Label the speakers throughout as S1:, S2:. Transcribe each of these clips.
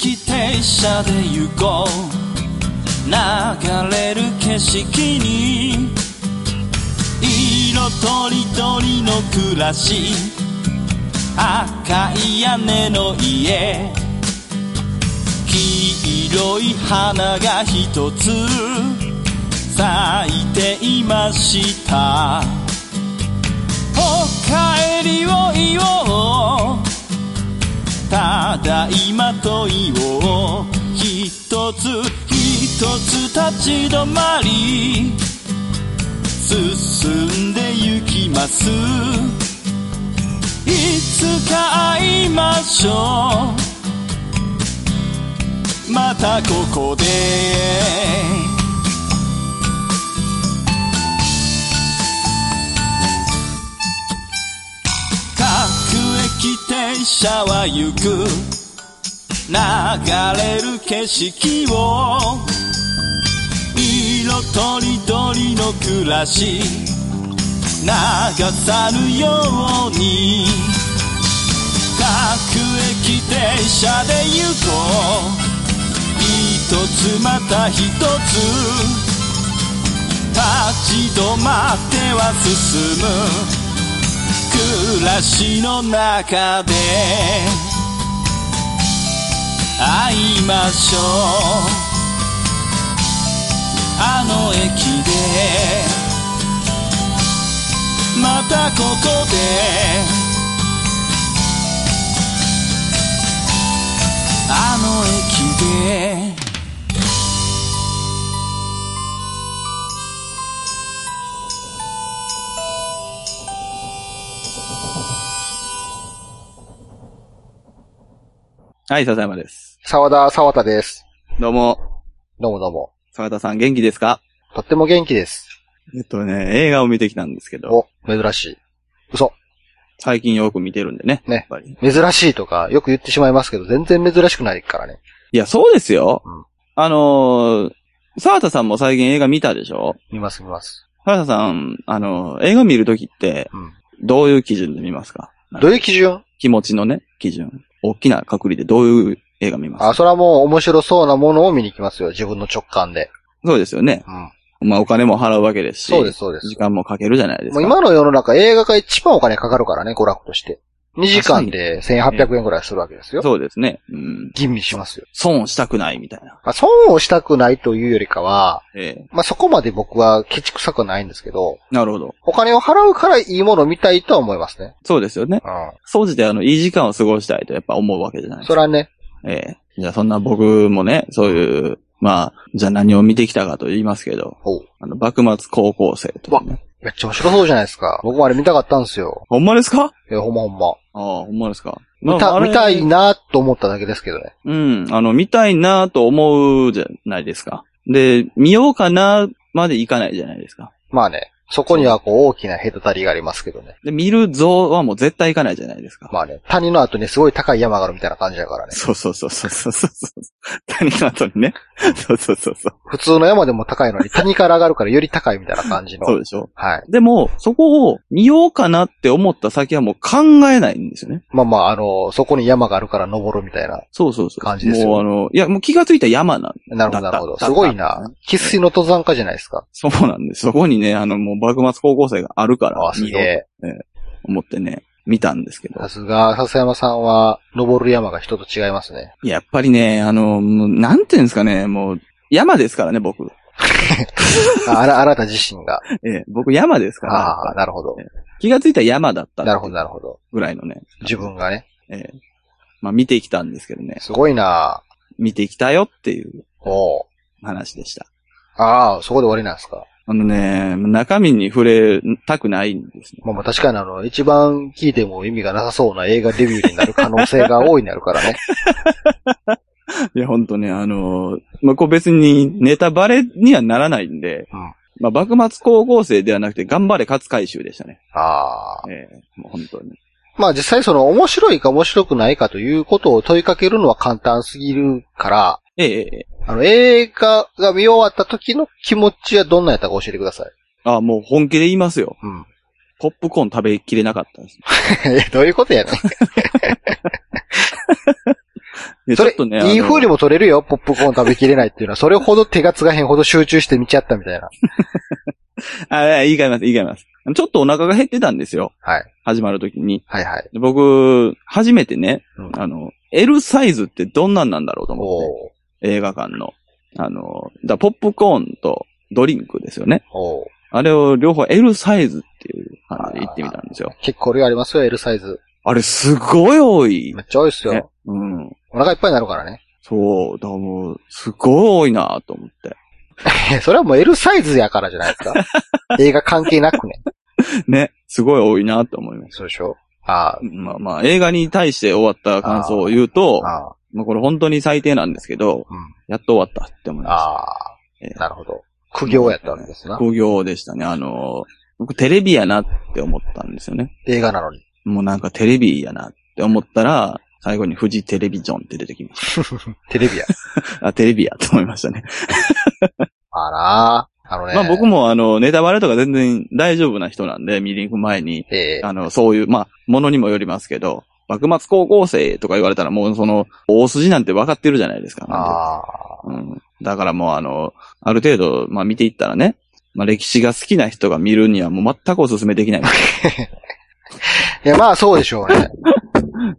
S1: 列車で行こう流れる景色に色とりどりの暮らし赤い屋根の家黄色い花が一つ咲いていましたおかえりを言おうただいまと言おう一つ一つ立ち止まり進んで行きますいつか会いましょうまたここで各駅停車は行く流れる景色を色とりどりの暮らし流さぬように各駅停車で行こう一つまた一つ立ち止まっては進む暮らしの中で会いましょうあの駅でまたここであの駅で
S2: はい、笹山です。
S3: 沢田、沢田です。
S2: どうも、
S3: どうもどうも。
S2: 沢田さん元気ですか
S3: とっても元気です。
S2: えっとね、映画を見てきたんですけど、
S3: お、珍しい。嘘。
S2: 最近よく見てるんでね。
S3: ね
S2: やっぱり。
S3: 珍しいとか、よく言ってしまいますけど、全然珍しくないからね。
S2: いや、そうですよ。
S3: うん
S2: あのー、沢田さんも最近映画見たでしょ
S3: 見ます見ます。
S2: 沢田さん、あのー映画見るときって、
S3: うん。
S2: どういう基準で見ますかなんか
S3: どういう基準
S2: 気持ちのね、基準。大きな確率でどういう映画見ます
S3: あ、
S2: か
S3: それはもう面白そうなものを見に行きますよ。自分の直感で。
S2: そうですよね。
S3: うん。
S2: まあ、お金も払うわけですし、
S3: そうです、そうです
S2: 時。間もかけるじゃないです
S3: も
S2: か。
S3: う今の世の中映画が一番お金かかるからね、娯楽として。2時間で1800円くらいするわけですよ。
S2: そうですね。うん。
S3: 吟味しますよ。
S2: 損したくないみたいな。
S3: まあ、損をしたくないというよりかは、
S2: ええ
S3: まあ、そこまで僕はケチくさくないんですけど、
S2: なるほど。
S3: お金を払うからいいものを見たいとは思いますね。
S2: そうですよね。
S3: う
S2: そうじて、あの、いい時間を過ごしたいとやっぱ思うわけじゃない
S3: ん。
S2: です
S3: そ
S2: か。
S3: れはね、
S2: ええじゃあそんな僕もね、そういう、まあ、じゃあ何を見てきたかと言いますけど、
S3: おう
S2: あの、幕末高校生というね、
S3: めっちゃ面白そうじゃないですか。僕もあれ見たかったんですよ。
S2: ほんまですか
S3: え、ほんまほんま。
S2: ああ、ほんまですか。
S3: 見
S2: まあ
S3: た、
S2: あれ
S3: 見たいなと思っただけですけどね。
S2: うん、あの、見たいなと思うじゃないですか。で、見ようかなまでいかないじゃないですか。
S3: まあね、そこにはこう大きな隔たりがありますけどね。
S2: で、見る像はもう絶対いかないじゃないですか。
S3: まあね、谷の後にすごい高い山があるみたいな感じだからね。
S2: そうそうそうそうそうそうそう。谷の後にね。そうそうそうそう。
S3: 普通の山でも高いの に谷から上がるからより高いみたいな感じの。
S2: そうでしょ
S3: はい。
S2: でも、そこを見ようかなって思った先はもう考えないんですよね。
S3: まあまあ、あの、そこに山があるから登るみたいな。
S2: そうそうそう。
S3: 感じですよ
S2: もうあの、いや、もう気がついた山なん
S3: なるほど、な
S2: だった
S3: るほど。
S2: だった
S3: すごいな。喫水の登山家じゃないですか。
S2: そうなんです。そこにね、あの、もう幕末高校生があるから、
S3: ああ、すげ
S2: 見よ
S3: え。
S2: うと思ってね、見たんですけど
S3: さ。すが、笹山さんは、登る山が人と違います ね。
S2: いややっぱりね、あの、もうなんていうんですかね、もう、山ですからね、僕。
S3: ああら、あなた自身が。
S2: ええ、僕山ですから。
S3: ああ、なるほど。
S2: 気がついたら山だった。
S3: なるほど、。なるほど。
S2: ぐらいのね。
S3: 自分がね。
S2: ええ。まあ見てきたんですけどね。
S3: すごいな
S2: 見てきたよっていう
S3: おう
S2: 話でした。
S3: ああ、そこで終わりなんですか。
S2: あのね、中身に触れたくないんですね。
S3: まあまあ確かにあの、一番聞いても意味がなさそうな映画デビューになる可能性が大いにあるから ね。
S2: いや、ほんとね、あのーまあ、こう別にネタバレにはならないんで、
S3: うん
S2: まあ、幕末高校生ではなくて、頑張れ勝回収でしたね。
S3: ああ。
S2: ええもう本当に。
S3: まあ実際その面白いか面白くないかということを問いかけるのは簡単すぎるから、
S2: ええええええ
S3: あの映画が見終わった時の気持ちはどんなやったか教えてください。
S2: あ、もう本気で言いますよ。
S3: うん。
S2: ポップコーン食べきれなかったんです。
S3: えどういうことやねん
S2: い
S3: そ
S2: やちょ
S3: れ
S2: っとね、あ、の
S3: いい風にも取れるよ、ポップコーン食べきれないっていうのは、それほど手がつがへんほど集中して見ちゃったみたいな。
S2: あ、いや言い換えます、言い換えます。ちょっとお腹が減ってたんですよ。
S3: はい。
S2: 始まる時に。
S3: はいはい。
S2: で僕、初めてね、
S3: うん
S2: あの、L サイズってどんなんなんだろうと思っ
S3: おー
S2: て、映画館の。あの、だポップコーンとドリンクですよね。
S3: おー
S2: あれを両方 L サイズっていう感じで行ってみたんですよ。
S3: 結構量ありますよ、L サイズ。
S2: あれすごい多い
S3: め。っちゃ多いっす
S2: ね
S3: よ。
S2: うん。
S3: お腹いっぱいになるからね。
S2: そう、だからもう、すごい多いなと思って。
S3: えそれはもう L サイズやからじゃないで すか映画関係なくね。
S2: ね、すごい多いなと思います。
S3: そうでしょあ
S2: まあまあ、映画に対して終わった感想を言う
S3: あ、
S2: と、
S3: ああ、
S2: まあこれ本当に最低なんですけど、
S3: うん。
S2: やっと終わったって思いまし
S3: ああ
S2: ええ、
S3: なるほど。苦行やったわけです
S2: た。
S3: な。
S2: 工業でしたね。あの、僕テレビやなって思ったんですよね。
S3: 映画なのに。
S2: もうなんかテレビやなって思ったら、最後に富士テレビジョンって出てきまし
S3: テレビ や。
S2: た。あ、テレビやと思いましたね。
S3: あらあのね。
S2: まあ僕もあの、ネタバレとか全然大丈夫な人なんで、ミーティング前に、
S3: ええ
S2: あの、そういう、まあ、ものにもよりますけど、幕末高校生とか言われたらもうその、大筋なんて分かってるじゃないですか。
S3: ああ、
S2: うん、だからもうあの、ある程度、まあ見ていったらね、まあ歴史が好きな人が見るにはもう全くお勧めできない。
S3: いや、まあそうでしょうね。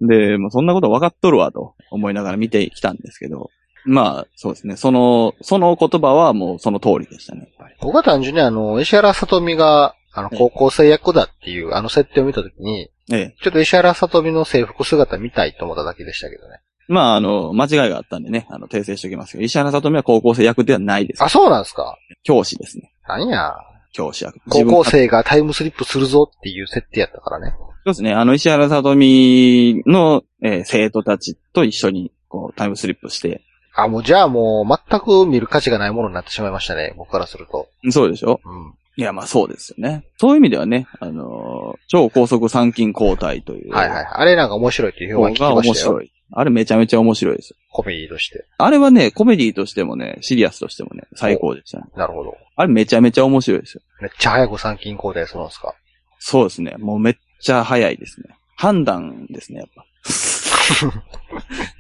S2: で、もうそんなこと分かっとるわと思いながら見てきたんですけど、まあ、そうですね。その、その言葉はもうその通りでしたね、やっぱり。
S3: 僕は単純にあの、石原さとみが、あの、高校生役だっていう、あの設定を見たときに、
S2: ええ。
S3: ちょっと石原さとみの制服姿見たいと思っただけでしたけどね。
S2: まあ、あの、間違いがあったんでね、あの、訂正しておきますけど、石原さとみは高校生役ではないです
S3: あ、。そうなんですか
S2: 教師ですね。
S3: 何や。
S2: 教師役。
S3: 高
S2: 自分
S3: 校生がタイムスリップするぞっていう設定やったからね。
S2: そうですね。あの、石原さとみの、えー生徒たちと一緒に、こう、タイムスリップして。
S3: あ、もうじゃあもう全く見る価値がないものになってしまいましたね、僕からすると。
S2: そうでしょ
S3: うん。
S2: いや、まあそうですよね。そういう意味ではね、あのー超高速参勤交代という。
S3: はいはい。あれなんか面白いっていう評判聞
S2: 方
S3: き
S2: が
S3: ま
S2: 面
S3: したよ。
S2: 白い。あれめちゃめちゃ面白いです。
S3: コメディとして。
S2: あれはね、コメディとしてもね、シリアスとしてもね、最高でしたね。
S3: なるほど。
S2: あれめちゃめちゃ面白いですよ。
S3: めっちゃ早く参勤交代するんですか
S2: そうですね。もうめっちゃ早いですね。判断ですね、やっぱ。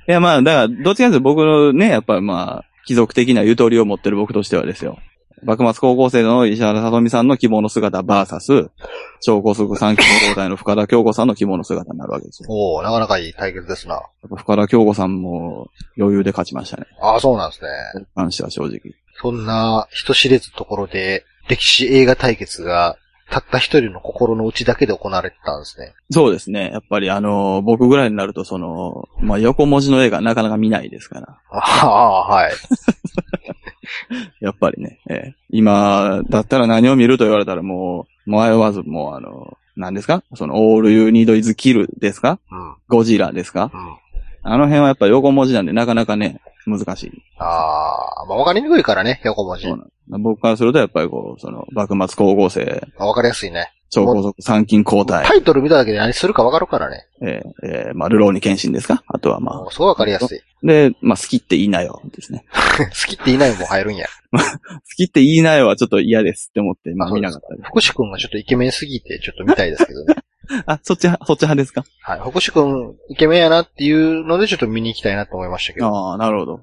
S2: いや、まあ、だから、どっちかというと僕のね、やっぱりまあ、貴族的なゆとりを持ってる僕としてはですよ。幕末高校生の石原さとみさんの希望の姿 VS、超高速三期交代の深田京子さんの希望の姿になるわけですよ。
S3: おおなかなかいい対決ですな。
S2: やっぱ深田京子さんも余裕で勝ちましたね。
S3: ああ、そうなんですね。
S2: 感謝は正直。
S3: そんな人知れずところで歴史映画対決がたった一人の心の内だけで行われてたんですね。
S2: そうですね。やっぱりあの、僕ぐらいになるとその、まあ横文字の映画なかなか見ないですから。
S3: ああ、はい。
S2: やっぱりね、ええ今、だったら何を見ると言われたらもう、迷わずもうあの、何ですかその、all you need is kill ですか
S3: うん、うん。
S2: ゴジラですか
S3: あ
S2: あの辺はやっぱ横文字なんでなかなかね、難しい。
S3: あ、まあわかりにくいからね、横文字。
S2: そうなん僕からするとやっぱりこう、その、幕末高校生、
S3: あわかりやすいね。
S2: 超高速参勤交代、
S3: タイトル見ただけで何するかわかるからね。
S2: ええええまあ、ルローニケンシンですかあとはま
S3: もうすごいわかりやすい。
S2: あ、で、まあ、好きって言いなよ、ですね。
S3: 好きっていないも入るん や。
S2: 好きって言いなよはちょっと嫌ですって思って、まあ、
S3: そう
S2: 見
S3: で
S2: な
S3: す
S2: かったです
S3: 福士くんがちょっとイケメンすぎて、ちょっと見たいですけどね。
S2: あ、そっち派、そっち派ですか
S3: はい。福士くん、イケメンやなっていうので、ちょっと見に行きたいなと思いましたけど。
S2: ああ、なるほど。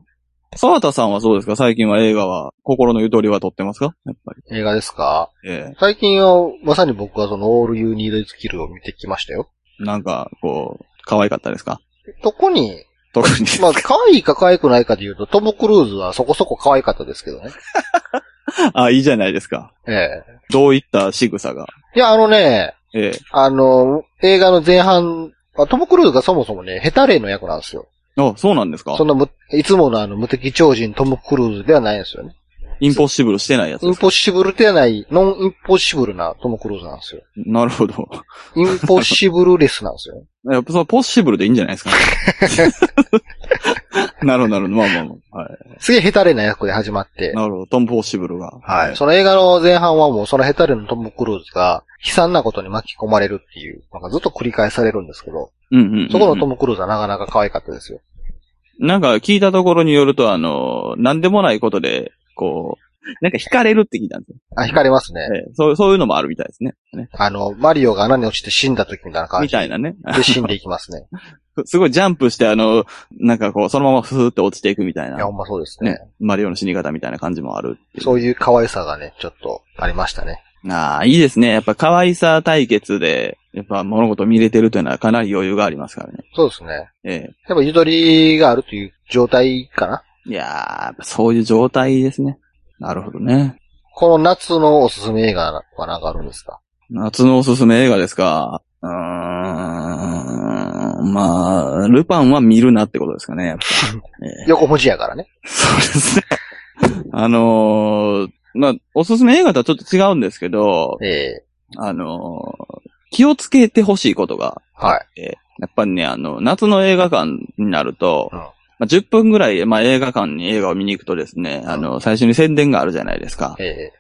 S2: 沢田さんはそうですか最近は映画は、心のゆとりは撮ってますかやっぱり。
S3: 映画ですか
S2: ええ
S3: 最近は、まさに僕はその、オールユーニードスキルを見てきましたよ。
S2: なんか、こう、可愛かったですか
S3: どこに、
S2: 特に。
S3: ま あ、可愛いか可愛くないかで言うと、トム・クルーズはそこそこ可愛かったですけどね。
S2: あ、いいじゃないですか。
S3: ええ
S2: どういった仕草が。
S3: いや、あのね、
S2: ええ
S3: あの、映画の前半、あトム・クルーズがそもそもね、ヘタレイの役なんですよ。
S2: あ、そうなんですか
S3: そんなむ、いつものあの、無敵超人トム・クルーズではないんですよね。
S2: インポッシブルしてないやつ
S3: イ
S2: で
S3: ン
S2: すか
S3: ポッシブルではない、ノンインポッシブルなトム・クルーズなんです よ。
S2: なるほど。
S3: インポッシブルレスなんですよ。
S2: やっぱそのポッシブルでいいんじゃな いですか、なるほど、なるほど。まあまあまあ。はい。
S3: すげえヘタレな役で始まって、
S2: なるほど。トム・ポッシブルが。
S3: はい。。その映画の前半はもうそのヘタレのトム・クルーズが悲惨なことに巻き込まれるっていう、なんかずっと繰り返されるんですけど、
S2: うんうんうん、うん。
S3: そこのトム・クルーズはなかなか可愛かったですよ。
S2: なんか聞いたところによると、あの、なんでもないことで、こう、なんか惹かれるって聞いたんですよ。
S3: あ、惹かれますね。
S2: ええそうそういうのもあるみたいですね。ね
S3: あの、マリオが穴に落ちて死んだ時みたいな感
S2: み
S3: じ
S2: たいなね。
S3: で死んでいきますね。
S2: すごいジャンプして、あの、なんかこう、そのままふーって落ちていくみたい
S3: いや、
S2: な
S3: ほ。んまそうですね
S2: ね。マリオの死に方みたいな感じもあるっていう。
S3: そういう可愛さがね、ちょっとありましたね。
S2: ああ、いいですね。やっぱ可愛さ対決で、やっぱ物事見れてるというのはかなり余裕がありますからね。
S3: そうですね。
S2: ええ
S3: やっぱゆとりがあるという状態かない
S2: やー、やっぱそういう状態ですね。なるほどね。
S3: この夏のおすすめ映画はなんかあるんですか
S2: 夏のおすすめ映画ですか。うーん、まあ、ルパンは見るなってことですか ね、やっぱ。ええ
S3: 横文字やからね。
S2: そうですね。あのーまあ、おすすめ映画とはちょっと違うんですけど、
S3: ええ
S2: あのー気をつけてほしいことが
S3: はい。
S2: やっぱりね、あの、夏の映画館になると、
S3: うん
S2: まあ、10分ぐらい、まあ、映画館に映画を見に行くとですね、あの、最初に宣伝があるじゃないですか。
S3: ええ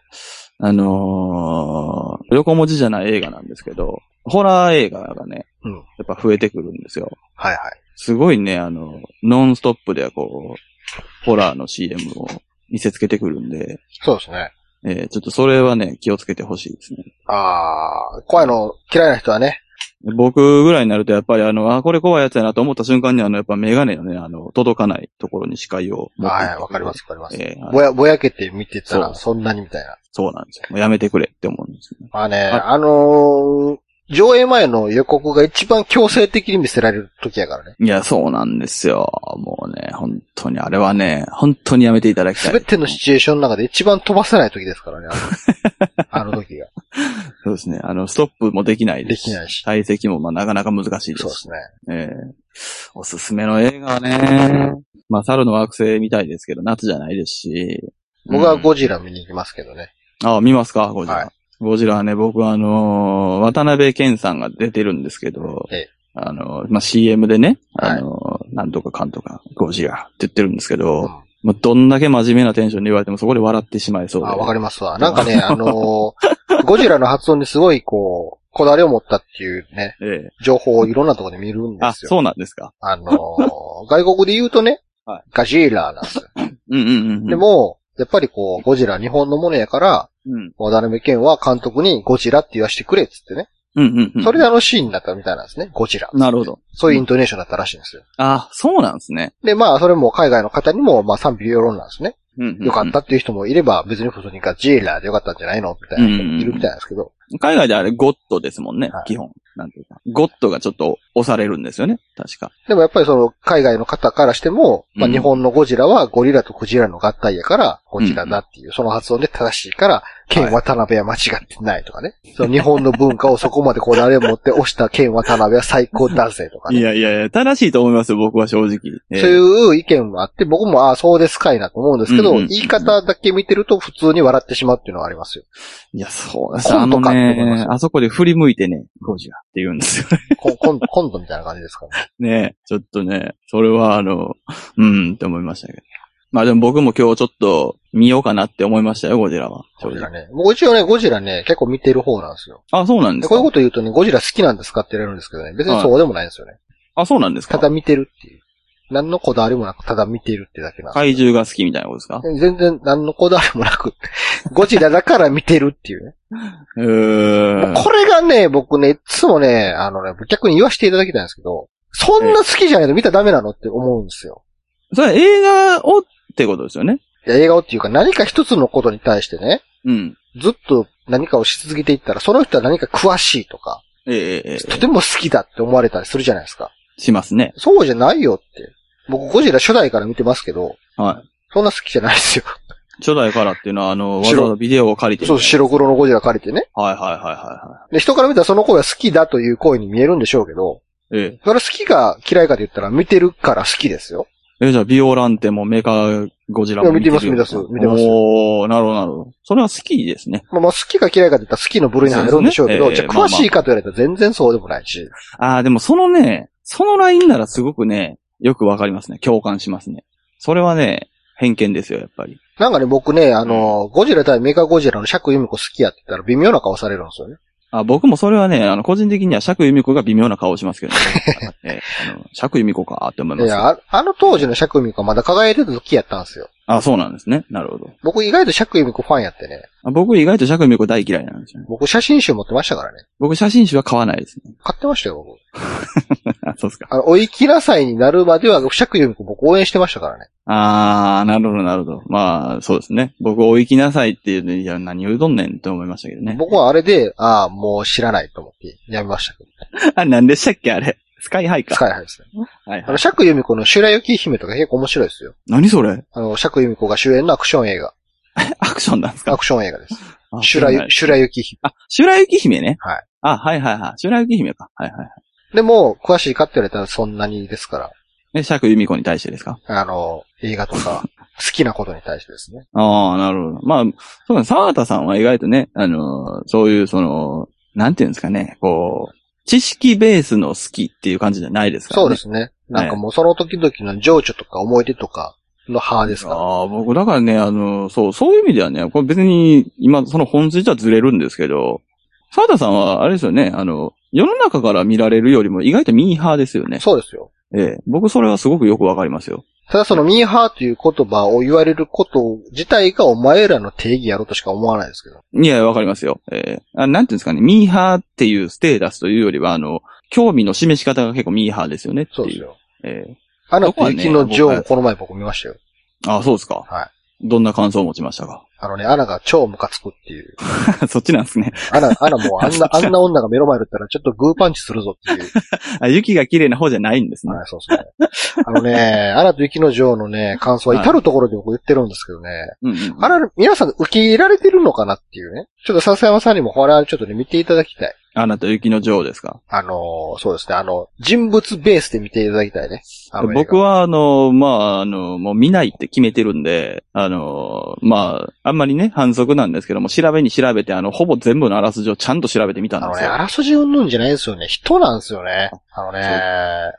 S2: あのー横文字じゃない映画なんですけど、ホラー映画がね、
S3: うん
S2: やっぱ増えてくるんですよ。
S3: はいはい。
S2: すごいね、あの、ノンストップではこう、ホラーの CM を見せつけてくるんで、
S3: そうですね。
S2: えーちょっとそれはね、気をつけてほしいですね。
S3: あー、怖いの嫌いな人はね、
S2: 僕ぐらいになるとやっぱりあの、あ、これ怖いやつやなと思った瞬間にあの、やっぱメガネのね、あの、届かないところに視界を持って
S3: はい
S2: く
S3: はい、わかりま。すわかります。
S2: えーあ
S3: ぼや、ぼやけて見てたら、
S2: そ
S3: そんなにみたいな。
S2: そうなんですよ。もうやめてくれって思うんですよね。
S3: まあね、
S2: はい
S3: あのー上映前の予告が一番強制的に見せられる時やからね。
S2: いや、そうなんですよ。もうね、本当に、あれはね、本当にやめていただきた
S3: す
S2: い。
S3: べてのシチュエーションの中で一番飛ばせない時ですからね、 あのあの時が。
S2: そうですね。あの、ストップもできないです
S3: できないし
S2: 解析も、まあ、なかなか難しいです
S3: そうで
S2: し。
S3: すね。
S2: ええおすすめの映画はね、まあ、猿の惑星みたいですけど、夏じゃないですし。
S3: 僕は
S2: うん
S3: ゴジラ見に行きますけどね。
S2: あ、見ますかゴジラ。
S3: はい
S2: ゴジラはね、僕はあのー渡辺健さんが出てるんですけど、
S3: ええ
S2: あのーまあ、CM でね、
S3: はい
S2: あのーなんとかかんとか、ゴジラって言ってるんですけど、
S3: うん
S2: まあ、どんだけ真面目なテンションで言われてもそこで笑ってしまいそうで。
S3: あ、わかりますわ。なんかね、あのーゴジラの発音にすごいこう、こだわりを持ったっていうね、
S2: ええ
S3: 情報をいろんなところで見るんで
S2: あ、
S3: すよ。
S2: そうなんですか。
S3: あのー 外国で言うとね
S2: はい、
S3: ガジラなんですよ。
S2: うんうんうんうん。
S3: で、も、やっぱりこう、ゴジラ日本のものやから、
S2: うん、
S3: 渡辺健は監督にゴジラって言わしてくれっつってね。
S2: うんうんうん。
S3: それであのシーンになったみたいなんですね。ゴジラ。
S2: なるほど。
S3: そういうイントネーションだったらしいんですよ。
S2: あ、そうなんですね。
S3: で、まあ、それも海外の方にも、まあ、賛否両論なんですね。
S2: うんうんうん
S3: よかったっていう人もいれば、別に普通にガジラでよかったんじゃないのみたいな人もいるみたいなんですけど。
S2: 海外であれゴッドですもんね、
S3: はい
S2: 基本。なんていうか。ゴッドがちょっと押されるんですよね、確か。
S3: でもやっぱりその、海外の方からしても、まあ、
S2: うん
S3: 日本のゴジラはゴリラとクジラの合体やから、ゴジラだっていう、その発音で正しいから、
S2: は
S3: 剣
S2: い
S3: 渡辺は間違ってないとかね。その日本の文化をそこまでこだわりを持って押した剣渡辺は最高だぜとかね
S2: い。やいやいや、正しいと思いますよ、僕は正直。ええ
S3: そういう意見もあって、僕も、ああ、そうですかいなと思うんですけど、
S2: うんうんうん
S3: 言い方だけ見てると普通に笑ってしまうっていうのはありますよ。
S2: いや、そうです。
S3: コ
S2: あ
S3: ント
S2: の
S3: かって思いま
S2: ね
S3: す、
S2: あそこで振り向いてね、ゴジラって言うんですよね。
S3: こ今度、 今度みたいな感じですかね。
S2: ねちょっとね、それはあの、うんって思いましたけど。まあでも僕も今日ちょっと見ようかなって思いましたよ、ゴジラは。
S3: ゴジラね。僕一応ね、ゴジラね、結構見てる方なんですよ。
S2: あ、そうなん
S3: で
S2: で
S3: すこ
S2: か
S3: ういうこと言うとね、ゴジラ好きなんですかって言われるんですけどね、別にそうでもないんですよね。
S2: あ、そうなんです
S3: た
S2: か
S3: だ見てるっていう。何のこだわりもなく、ただ見てるってだけなん
S2: 怪獣が好きみたいなことですか
S3: です。全然何のこだわりもな く、ゴジラだから見てるっていうね。
S2: うーん。
S3: これがね、僕ね、いつもね、あのね、逆に言わせていただきたいんですけど、そんな好きじゃないと見たらダメなのって思うんですよ。
S2: それは映画をってことですよね。
S3: いや映画をっていうか何か一つのことに対してね、
S2: うん。
S3: ずっと何かをし続けていったら、その人は何か詳しいとか、
S2: えええええ
S3: とても好きだって思われたりするじゃないですか。
S2: えしますね。
S3: そうじゃないよって。僕、ゴジラ初代から見てますけど、
S2: は
S3: そんな好きじゃないですよ。
S2: い。初代からっていうのは、あの、わざ
S3: 白
S2: わざビデオを借りて。
S3: そう、。白黒のゴジラ借りてね。
S2: はいはいはいは
S3: で、人から見たらその声は好きだという声に見えるんでしょうけど、
S2: いはい。え
S3: それは好きか嫌いかと言ったら見てるから好きですよ。
S2: え。え、じゃあ、ビオランテもメカゴジラも
S3: いや
S2: る
S3: 見てます見てます見てます
S2: おー、なるほどなるほど。それは好きですね。
S3: まあ、まあ好きか嫌いかと言ったら好きの部類に入るんでしょうけど、
S2: そうで
S3: じ
S2: す
S3: ゃ
S2: ね
S3: あ詳しいかと言われたら全然そうでもないし。
S2: ああ、でもそのね、そのラインならすごくね、よくわかりますね。共感しますね。それはね、偏見ですよ、やっぱり。
S3: なんかね、僕ね、あの、ゴジラ対メカゴジラの釈由美子好きやって言ったら微妙な顔されるんですよね。
S2: あ僕もそれはね、あの、個人的には釈由美子が微妙な顔をしますけ どね。ええ、あの釈由美子かーって思いま
S3: い
S2: すよ。
S3: や、ああの当時の釈由美子はまだ輝いてた時やったんですよ。
S2: あ、そうなんですね。なるほど。
S3: 僕意外と釈由美子ファンやってね。
S2: あ僕意外と釈明子大嫌いなんですよね。
S3: 僕写真集持ってましたからね。
S2: 僕写真集は買わないですね。
S3: 買ってましたよ、僕。
S2: あ、そうですか。
S3: あの、おいきな祭になるまでは釈由美子僕応援してましたからね。
S2: あー、なるほど、なるほど。まあ、そうですね。僕、お行きなさいっていうのに、いや、何を言うとんねんって思いましたけどね。
S3: 僕はあれで、ああ、もう知らないと思ってやめましたけど。
S2: あ、なんでしたっけあれ。スカイハイか。
S3: 使いはいですね。
S2: はい
S3: あ
S2: はい
S3: の、。釈由美子の修羅雪姫とか結構面白いですよ。
S2: 何それ
S3: あの、釈由美子が主演のアクション映画。
S2: アクションなんです
S3: ア
S2: か
S3: クション映画です。
S2: あ
S3: 修羅
S2: 知らな
S3: ゆ
S2: い、
S3: 修羅雪姫。
S2: あ、修羅雪姫ね。
S3: はい。
S2: あ、はいはいはい。修羅雪姫か。はいはいはい。
S3: でも、詳しいかって言われたらそんなにですから。
S2: で、釈由美子に対してですか
S3: あの、映画とか、 好きなことに対してですね。
S2: ああ、なるほど。まあ、そうだ、沢田さんは意外とね、あのーそういう、その、なんていうんですかね、こう、知識ベースの好きっていう感じじゃないですからね。
S3: そうで。すね。なんかもうその時々の情緒とか思い出とかの派ですから。
S2: ああ、僕、だからね、あの、そう、そういう意味ではね、これ別に、今、その本筋とはずれるんですけど、沢田さんは、あれですよね、あの、世の中から見られるよりも意外とミーハーですよね。
S3: そうですよ。
S2: ええ。僕、それはすごくよくわかりますよ。
S3: ただそのミーハーという言葉を言われること自体がお前らの定義やろうとしか思わないですけど。
S2: いや、わかりますよ。ええあなんていうんですかね、ミーハーっていうステータスというよりは、あの、興味の示し方が結構ミーハーですよねって
S3: そうで
S2: い
S3: す
S2: う。
S3: よ。
S2: ええ
S3: アナと雪の女
S2: 僕は
S3: 王
S2: ね
S3: この前僕見ましたよ。
S2: あ、そうですか。。
S3: はい
S2: どんな感想を持ちましたか
S3: あのね、アナが超ムカつくっていう。
S2: そっちなんですね。
S3: アナ、アナもあんな、 あんな女が目の前だったらちょっとグーパンチするぞっていう。
S2: あ、雪が綺麗な方じゃないんですね。
S3: はい、そうですね。あのね、 アナと雪の女王のね、感想は至るところで僕言ってるんですけどね。
S2: うんうん。
S3: あら、皆さん受け入れられてるのかなっていうね。ちょっと笹山さんにもこれはちょっとね、見ていただきたい。
S2: あなた雪の女王ですか
S3: あのーそうですね、あの、人物ベースで見ていただきたいね。あの映画
S2: 僕は、あの、まあ、あの、もう見ないって決めてるんで、あの、まあ、あんまりね、反則なんですけども、調べに調べて、あの、ほぼ全部のあらすじをちゃんと調べてみた
S3: あ
S2: ん
S3: の
S2: です
S3: ね、
S2: よ。
S3: あらすじうんぬんじゃないですよね。人なんですよね。あのね、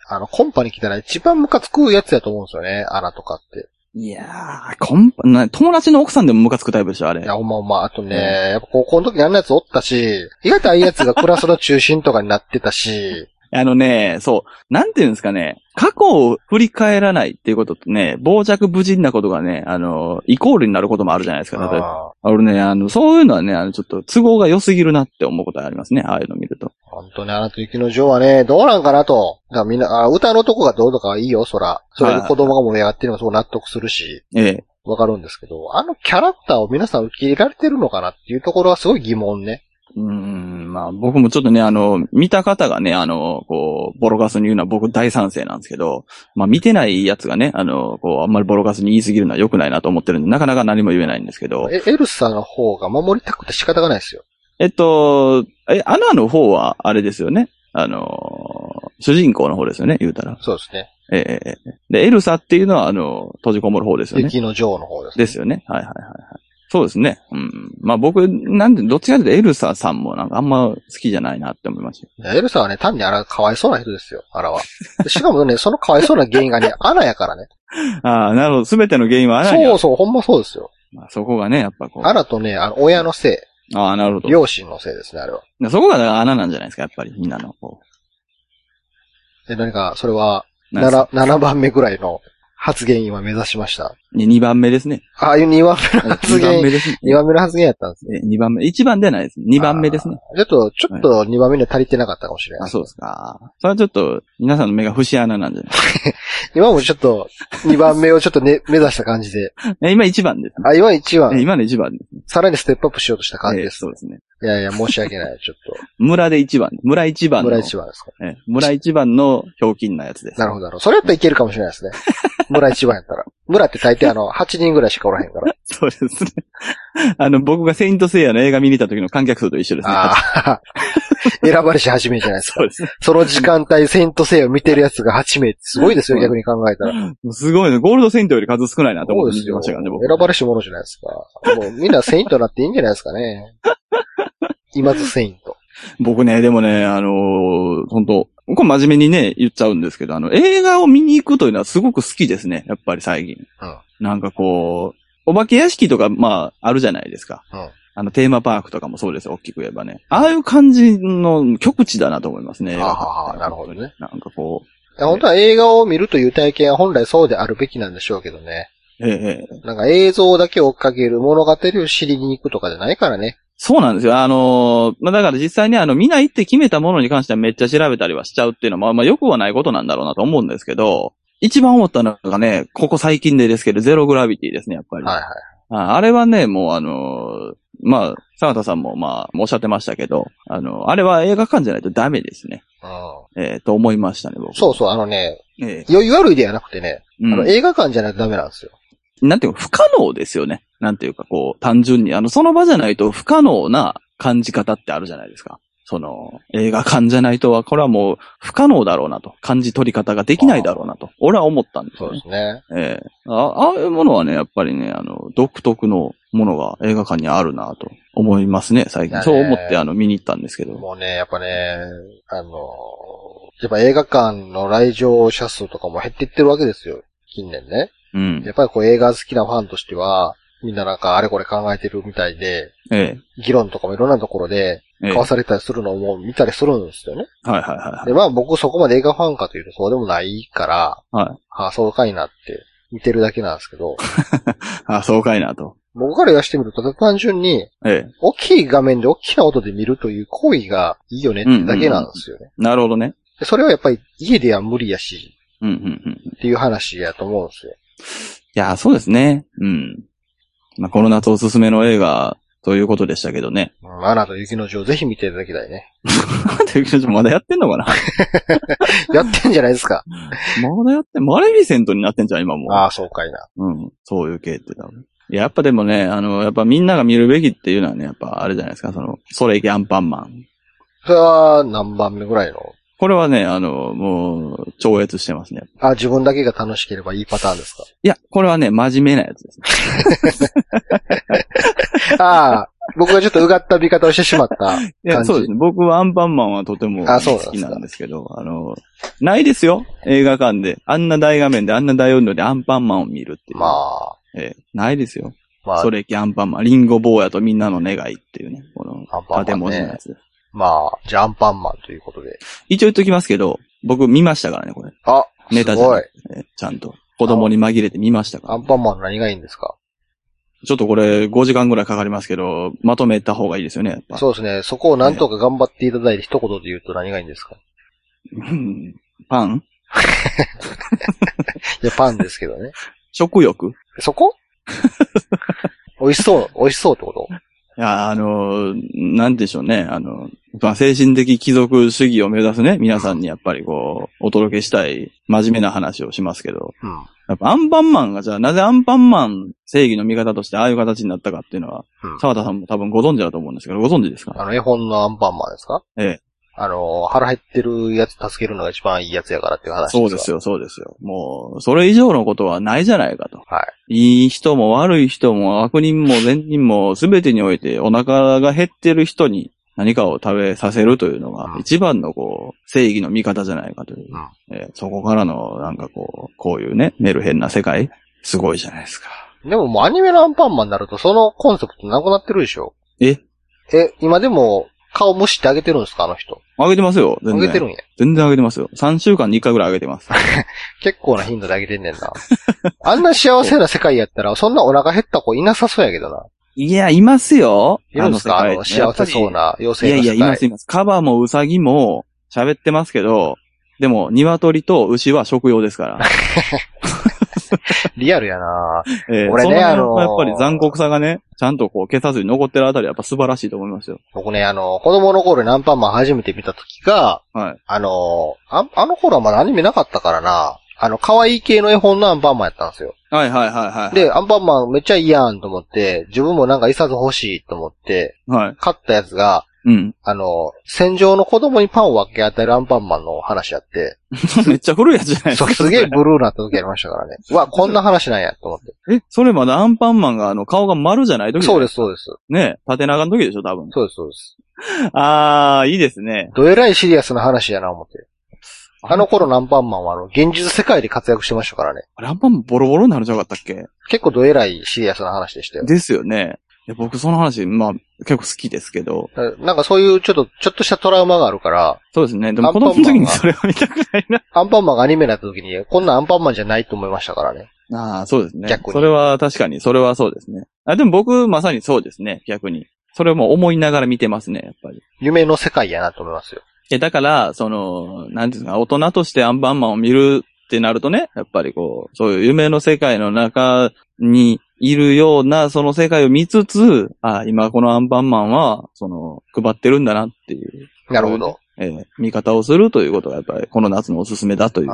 S3: あの、コンパに来たら一番ムカつくやつやと思うんですよね。アナとかって。
S2: いやー、コンパ、な、友達の奥さんでもムカつくタイプでしょ、あれ
S3: い。や、ほんまほんま。あとね、
S2: うん
S3: やっぱ高校の時にあんなやつおったし、意外とああいうやつがクラスの中心とかになってたし、
S2: あのね、そう、なんていうんですかね、過去を振り返らないっていうことってね、傍着無人なことがね、あの、イコールになることもあるじゃないですか、例えば。
S3: あ
S2: あ俺ね、あの、そういうのはね、あの、ちょっと都合が良すぎるなって思うことはありますね、ああいうの見ると。
S3: ー本当にアナと雪の女王はね、どうなんかなと。だからみんな、あ歌のとこがどうとかはいいよ、そら。それで子供が盛り上がってるのもすごい納得するし、
S2: ええ。
S3: わかるんですけど、あのキャラクターを皆さん受け入れられてるのかなっていうところはすごい疑問ね。
S2: うーん、まあ僕もちょっとね、あの、見た方がね、あの、こう、ボロカスに言うのは僕大賛成なんですけど、まあ見てないやつがね、あの、こう、あんまりボロカスに言い過ぎるのは良くないなと思ってるんで、なかなか何も言えないんですけど、
S3: え、エルサの方が守りたくて仕方がないですよ。
S2: えっと、え、アナの方は、あれですよね、あの、主人公の方ですよね、言うたら。
S3: そうですね。
S2: ええええで、エルサっていうのは、あの、閉じこもる方ですよね。
S3: 雪の女王の方です、
S2: ですよね。はいはいはいはい。そうですね。うん。まあ僕、なんで、どっちかというとエルサさんもなんかあんま好きじゃないなって思いました。
S3: いやエルサはね、単にあら、かわいそうな人ですよ、あらは。でしかもね、そのかわいそうな原因がね、 アナやからね。
S2: ああ、なるほど。すべての原因はアナにある
S3: そうそう、ほんまそうですよ。
S2: まあ、そこがね、やっぱこう。
S3: アナとね、あの、親のせ
S2: ああ、なるほ
S3: い、
S2: ど。
S3: 両親のせいですね、あれは。
S2: そこが穴なんじゃないですか、やっぱり、みんなの。こ
S3: え、何か、それは、
S2: うなんですか
S3: 7、7番目ぐらいの発言今目指しました。
S2: ね二番目です ね。
S3: ああいう2番目の発
S2: 二番
S3: 言、
S2: 目ですね。
S3: 2番目の発言やったんですね。
S2: え二番目。一番ではないです。二番目ですね。
S3: ちょっと、ちょっと2番目には足りてなかったかもしれ
S2: あ
S3: ない。
S2: そうですか。それはちょっと、皆さんの目が節穴なんじゃないです
S3: 今もちょっと、2番目をちょっとね、目指した感じ で。
S2: か。え今一番ですね
S3: あ、今1番
S2: え。今の一番ですね。
S3: さらにステップアップしようとした感じ
S2: え
S3: で
S2: ー
S3: す
S2: そ。うですね。
S3: いやいや、申し訳ない。ちょっ
S2: 村で一番。村一
S3: と。
S2: 番の。
S3: 村一番ですか。
S2: えー村一番のひょうきんなやつです。
S3: なるほど、なるほど。それやったらいけるかもしれないです ね。村一番やったら。村って大抵あの、8人ぐらいしかおらへんから。
S2: そうですね。 あの、僕がセイントセイヤの映画見に行った時の観客数と一緒ですね。
S3: ああ。 選ばれし始めじゃないです
S2: そ
S3: か
S2: う。ですね。
S3: その時間帯、セイントセイヤを見てるやつが8名ってすごいですよ、
S2: うん
S3: 逆に考えたら。
S2: もうすごいね。ゴールドセイントより数少ないなと思って見てましたからね、
S3: 選
S2: 僕。
S3: ばれし者じゃないですか。もうみんなセイントになっていいんじゃないですかね。今津セイント。
S2: 僕ね、でもね、あのー本当これ真面目にね、言っちゃうんですけど、あの、映画を見に行くというのはすごく好きですね、やっぱり最近。
S3: うん
S2: なんかこう、お化け屋敷とか、まあ、あるじゃないですか。
S3: うん
S2: あの、テーマパークとかもそうですよ、大きく言えばね。ああいう感じの極地だなと思いますね。映画館って
S3: はあはあなるほどね。
S2: なんかこう、
S3: いや本当は映画を見るという体験は本来そうであるべきなんでしょうけどね。
S2: ええええ、
S3: なんか映像だけ追っかける物語を知りに行くとかじゃないからね。
S2: そうなんですよ。あのーまあ、だから実際にあの、見ないって決めたものに関してはめっちゃ調べたりはしちゃうっていうのは、まあ、まあ、良くはないことなんだろうなと思うんですけど、一番思ったのがね、ここ最近でですけど、ゼログラビティですね、やっぱり。
S3: はいはい。
S2: ああれはね、もうあのーまあ、沢田さんもまあ、おっしゃってましたけど、あの、あれは映画館じゃないとダメですね。
S3: う
S2: えーと思いましたね、僕。
S3: ん。そうそう、あのね、
S2: う。ええ
S3: 余裕悪いではなくてね、あ
S2: う
S3: の
S2: ん
S3: 映画館じゃないとダメなんですよ。
S2: なんていうか、不可能ですよね。なんていうか、こう、単純に。あの、その場じゃないと不可能な感じ方ってあるじゃないですか。その、映画館じゃないとは、これはもう不可能だろうなと。感じ取り方ができないだろうなと。俺は思ったんです
S3: そ
S2: よ
S3: うで
S2: ね。
S3: すね。
S2: ええあ。ああいうものはね、やっぱりね、あの、独特のものが映画館にあるなと思いますね、最
S3: だ
S2: 近。
S3: ね
S2: そう思って、あの、見に行ったんですけど。
S3: もうね、やっぱね、あの、やっぱ映画館の来場者数とかも減っていってるわけですよ。近年ね。
S2: うん。
S3: やっぱりこう映画好きなファンとしては、みんななんかあれこれ考えてるみたいで、
S2: え
S3: 議論とかもいろんなところで
S2: え。ええ。
S3: 交
S2: は
S3: わ
S2: い
S3: されたりするのも見たりするんですよね。
S2: はいはいはい。
S3: で、まあ僕そこまで映画ファンかというとそうでもないから、
S2: は
S3: ああ、そうかいなって見てるだけなんですけど、
S2: あ、そうかいなと。
S3: 僕から言わしてみると、単純に
S2: ええ。
S3: 大きい画面で大きな音で見るという行為がいいよねってだけなんですよね。
S2: なるほどね。
S3: でそれはやっぱり家では無理やし
S2: うんうんうん。
S3: っていう話やと思うんですよ。
S2: いやー、そうですね。うん。まあ、この夏おすすめの映画ということでしたけどね。
S3: うん、アナと雪の女王ぜひ見ていただきたいね。
S2: なんていう気持ちまだやってんのかな
S3: やってんじゃないですか。
S2: まだやって、マレフィセントになってんじゃん、今もう。
S3: ああ、そうかいな。
S2: うん。そういう系って多分。いや、やっぱでもね、あの、やっぱみんなが見るべきっていうのはね、やっぱあれじゃないですか、その、それいけアンパンマン。
S3: それは何番目ぐらいの
S2: これはね、あの、もう、超越してますね。
S3: あ、自分だけが楽しければいいパターンです か。
S2: いや、これはね、真面目なやつですね。
S3: ああ、僕がちょっとうがった見方をしてしま った。
S2: いや、
S3: 感じ
S2: そうですね。僕はアンパンマンはとても
S3: あそうなんです
S2: 好
S3: か
S2: きなんですけど、あの、ないですよ。映画館で。あんな大画面で、あんな大音量でアンパンマンを見るっていう。
S3: まあ、
S2: ええないですよ。
S3: まあ
S2: そ、れきアンパンマン、リンゴ坊やとみんなの願いっていうね、この
S3: アンパン
S2: 建
S3: マン
S2: 物の
S3: ね
S2: や。つ。
S3: まあ、じゃあアンパンマンということで。
S2: 一応言っときますけど、僕見ましたからね、これ。
S3: あ、
S2: ネ
S3: す
S2: タじゃ
S3: ご
S2: ないい。ええちゃんと。子供に紛れて見ましたか
S3: ア
S2: ら、
S3: ンパンマン何がいいんですか
S2: ちょっとこれ5時間ぐらいかかりますけど、まとめた方がいいですよね、やっぱ。
S3: そうですね。そこをなんとか頑張っていただいて一言で言うと何がいいん ですか
S2: うんパン
S3: いや、パンですけどね。
S2: 食欲
S3: そこ 美味しそう、美味しそうってこと
S2: いや、あの、なんでしょうね。あの、まあ、精神的貴族主義を目指すね、皆さんにやっぱりこう、お届けしたい真面目な話をしますけど、
S3: うん。
S2: やっぱアンパンマンがじゃあ、なぜアンパンマン正義の味方としてああいう形になったかっていうのは
S3: うん、
S2: 沢田さんも多分ご存知だと思うんですけど、ご存知ですか
S3: あの、絵本のアンパンマンですか
S2: ええ。
S3: あの、腹減ってるやつ助けるのが一番いいやつやからっていう話
S2: そうです
S3: よ。
S2: よ、そうですよ。もう、それ以上のことはないじゃないかと。
S3: はい
S2: い人も悪い人も悪人も善人も全てにおいてお腹が減ってる人に何かを食べさせるというのが
S3: うん
S2: 一番のこう正義の味方じゃないかという。
S3: う
S2: えーそこからのなんかこう、こういうね、メルヘンな世界、すごいじゃないですか。
S3: い。でももうアニメのアンパンマンになるとそのコンセプトなくなってるでしょ
S2: え
S3: え、今でも顔無視してあげてるんですかあの人。
S2: あげてますよ、
S3: あ
S2: 全然。
S3: げてるんや。
S2: 全然あげてますよ。3週間に1回ぐらいあげてます。
S3: 結構な頻度であげてんねんな。あんな幸せな世界やったら、そんなお腹減った子いなさそうやけどな。
S2: いや、いますよ。
S3: いるんですかあの
S2: 世界
S3: 幸せそうな
S2: い
S3: 妖精
S2: や
S3: の
S2: い
S3: 世
S2: や、
S3: 界。
S2: いますいます。カバもウサギも喋ってますけど、でも、鶏と牛は食用ですから。
S3: リアルやな
S2: え
S3: 俺ね
S2: その辺は
S3: あのー
S2: やっぱり残酷さがね、ちゃんとこう、消さずに残ってるあたりはやっぱ素晴らしいと思いますよ。
S3: 僕ね、あの、子供の頃にアンパンマン初めて見た時が、
S2: はい
S3: あの、ああの頃はまだアニメなかったからな、あの、可愛い系の絵本のアンパンマンやったんですよ。
S2: はいはいはいはい。、
S3: で、アンパンマンめっちゃいいやんと思って、自分もなんか一冊欲しいと思って、
S2: はい。
S3: 買ったやつが、
S2: うん。
S3: あの、戦場の子供にパンを分け与えるアンパンマンの話やって、
S2: めっちゃ古いやつじゃないです
S3: そう
S2: か。
S3: すげえブルーなった時ありました からね。うわ、こんな話なんやと思って。
S2: え、それまだアンパンマンがあの、顔が丸じゃない時。
S3: そうですす、そうです。
S2: ね縦長の時でしょ、多分。
S3: そうです、そうです。
S2: あー、いいですね。
S3: どえらいシリアスな話やな、思って。あの頃のアンパンマンは、あの、現実世界で活躍してましたからね。
S2: あれ、アンパンマンボロボロになるんじゃなかったっけ
S3: 結構どえらいシリアスな話でしたよ。
S2: ですよね。いや僕その話、まあ、結構好きですけど。
S3: だからなんかそういうちょっと、ちょっとしたトラウマがあるから、
S2: そうですね。でも子供の時にそれは見たくないな。
S3: アンパンマンがアニメになった時に、こんなんアンパンマンじゃないと思いましたからね。
S2: ああ、そうですね。
S3: 逆に
S2: それは確かに、それはそうですね。あ、でも僕、まさにそうですね、逆に。それも思いながら見てますね、やっぱり。
S3: 夢の世界やなと思いますよ。
S2: え、だから、その、なんていうんですか、大人としてアンパンマンを見るってなるとね、やっぱりこう、そういう夢の世界の中にいるような、その世界を見つつ、あ今このアンパンマンは、その、配ってるんだなっていう、
S3: なるほど。
S2: えー見方をするということが、やっぱり、この夏のおすすめだというこ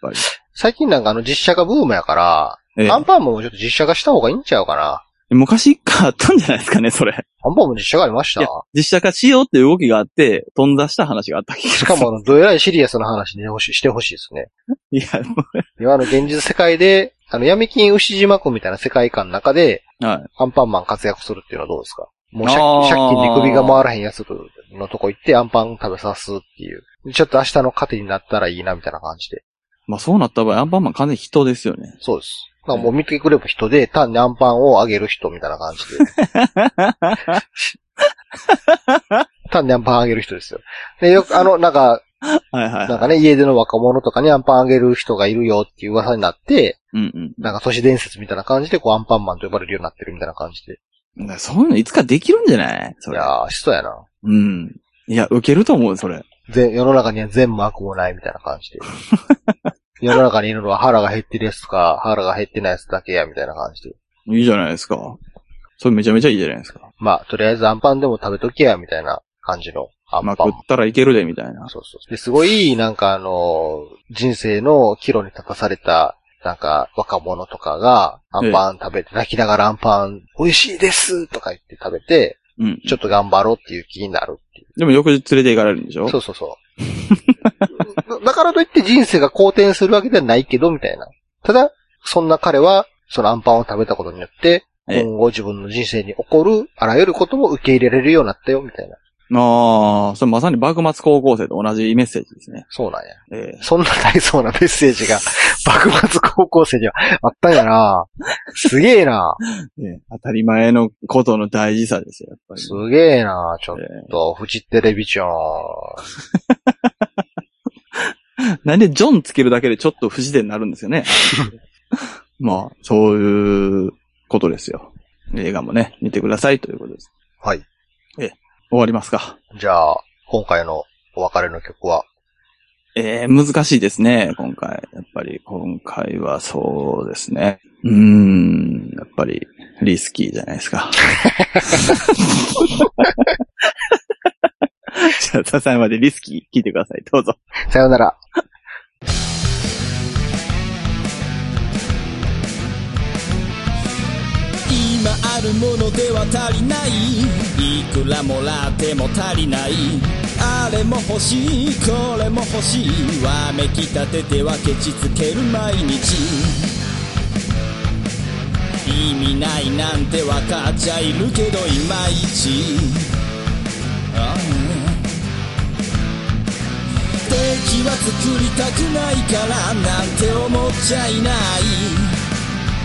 S2: とです、
S3: 最近なんかあの実写化ブームやから、
S2: やっぱり。えー
S3: アンパンマンもちょっと実写化した方がいいんちゃうかな。
S2: 昔一回あったんじゃないですかね、それ。
S3: アンパンマンも実写化ありまし
S2: いや
S3: た
S2: 実写化しようっていう動きがあって、頓挫した話があった気 が
S3: しかもあの、どえらいシリアスな話にほししてほしいですね。
S2: いや、も
S3: 今の現実世界で、あの、闇金牛島くんみたいな世界観の中で、
S2: うはい。
S3: アンパンマン活躍するっていうのはどうですかもう借
S2: あー
S3: 借金で首が回らへんやつのとこ行ってアンパン食べさすっていう。ちょっと明日の糧になったらいいなみたいな感じで。
S2: まあそうなった場合、アンパンマン完全に人ですよね。
S3: そうです。なんかもう見てくれば人で、単にアンパンをあげる人みたいな感じで。単にアンパンあげる人ですよ。で、よく、あの、なんか、
S2: はいは
S3: な
S2: い
S3: ん
S2: はい。
S3: かね、家での若者とかにアンパンあげる人がいるよっていう噂になって、
S2: うん
S3: なんか都市伝説みたいな感じで、こう、アンパンマンと呼ばれるようになってるみたいな感じで。
S2: うん。そういうのいつかできるんじゃないそ
S3: い
S2: れ。
S3: やー、しそうやな。
S2: うん。いや、受けると思う、それ。
S3: 全、世の中には善も悪もないみたいな感じで。 世の中にいるのは腹が減ってるやつとか、腹が減ってないやつだけや、みたいな感じで。
S2: いいじゃないですか。それめちゃめちゃいいじゃないですか。
S3: まあ、とりあえずアンパンでも食べとけや、みたいな感じのアン
S2: まあ
S3: パン
S2: 食っ。たらいけるで、みたいな。
S3: そうそう。で、すごい、なんかあの、人生の岐路に立たされた、なんか若者とかが、アンパン食べて、泣きながらアンパン、美味しいですとか言って食べて、
S2: うん。
S3: ちょっと頑張ろうっていう気になるっていう。
S2: でも翌日連れて行かれるんでしょ
S3: そうそうそう。 だだからといって人生が好転するわけではないけど、みたいな。ただ、そんな彼は、そのアンパンを食べたことによって、
S2: ええ
S3: 今後自分の人生に起こるあらゆることも受け入れられるようになったよ、みたいな。
S2: ああ、それまさに幕末高校生と同じメッセージですね。
S3: そうなんや。
S2: ええ
S3: そんな大層なメッセー ジが、幕末高校生にはあったんやなすげえな
S2: ええ当たり前のことの大事さですよ、やっぱり。
S3: すげえなちょっ
S2: ええ
S3: と、フジテレビジョン。
S2: なんでジョンつけるだけでちょっと不自然になるんですよね。 まあ、そういうことですよ。映画もね、見てくださいということです。
S3: はい。
S2: 終わりますか。
S3: じゃあ、今回のお別れの曲は、
S2: えー、難しいですね、今回。やっぱり、今回はそうですね。うーん、やっぱり、リスキーじゃないですか。 じゃあ、ささまでリスキー聞いてください。どうぞ。
S3: さよなら。
S1: 今あるものでは足りないいくらもらっても足りないあれも欲しいこれも欲しいわめきたててはケチつける毎日意味ないなんてわかっちゃいるけどいまいちああ敵は作りたくないからなんて思っちゃいない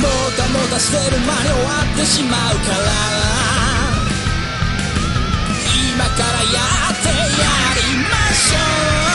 S1: もたもたしてる間に終わってしまうから今からやってやりましょう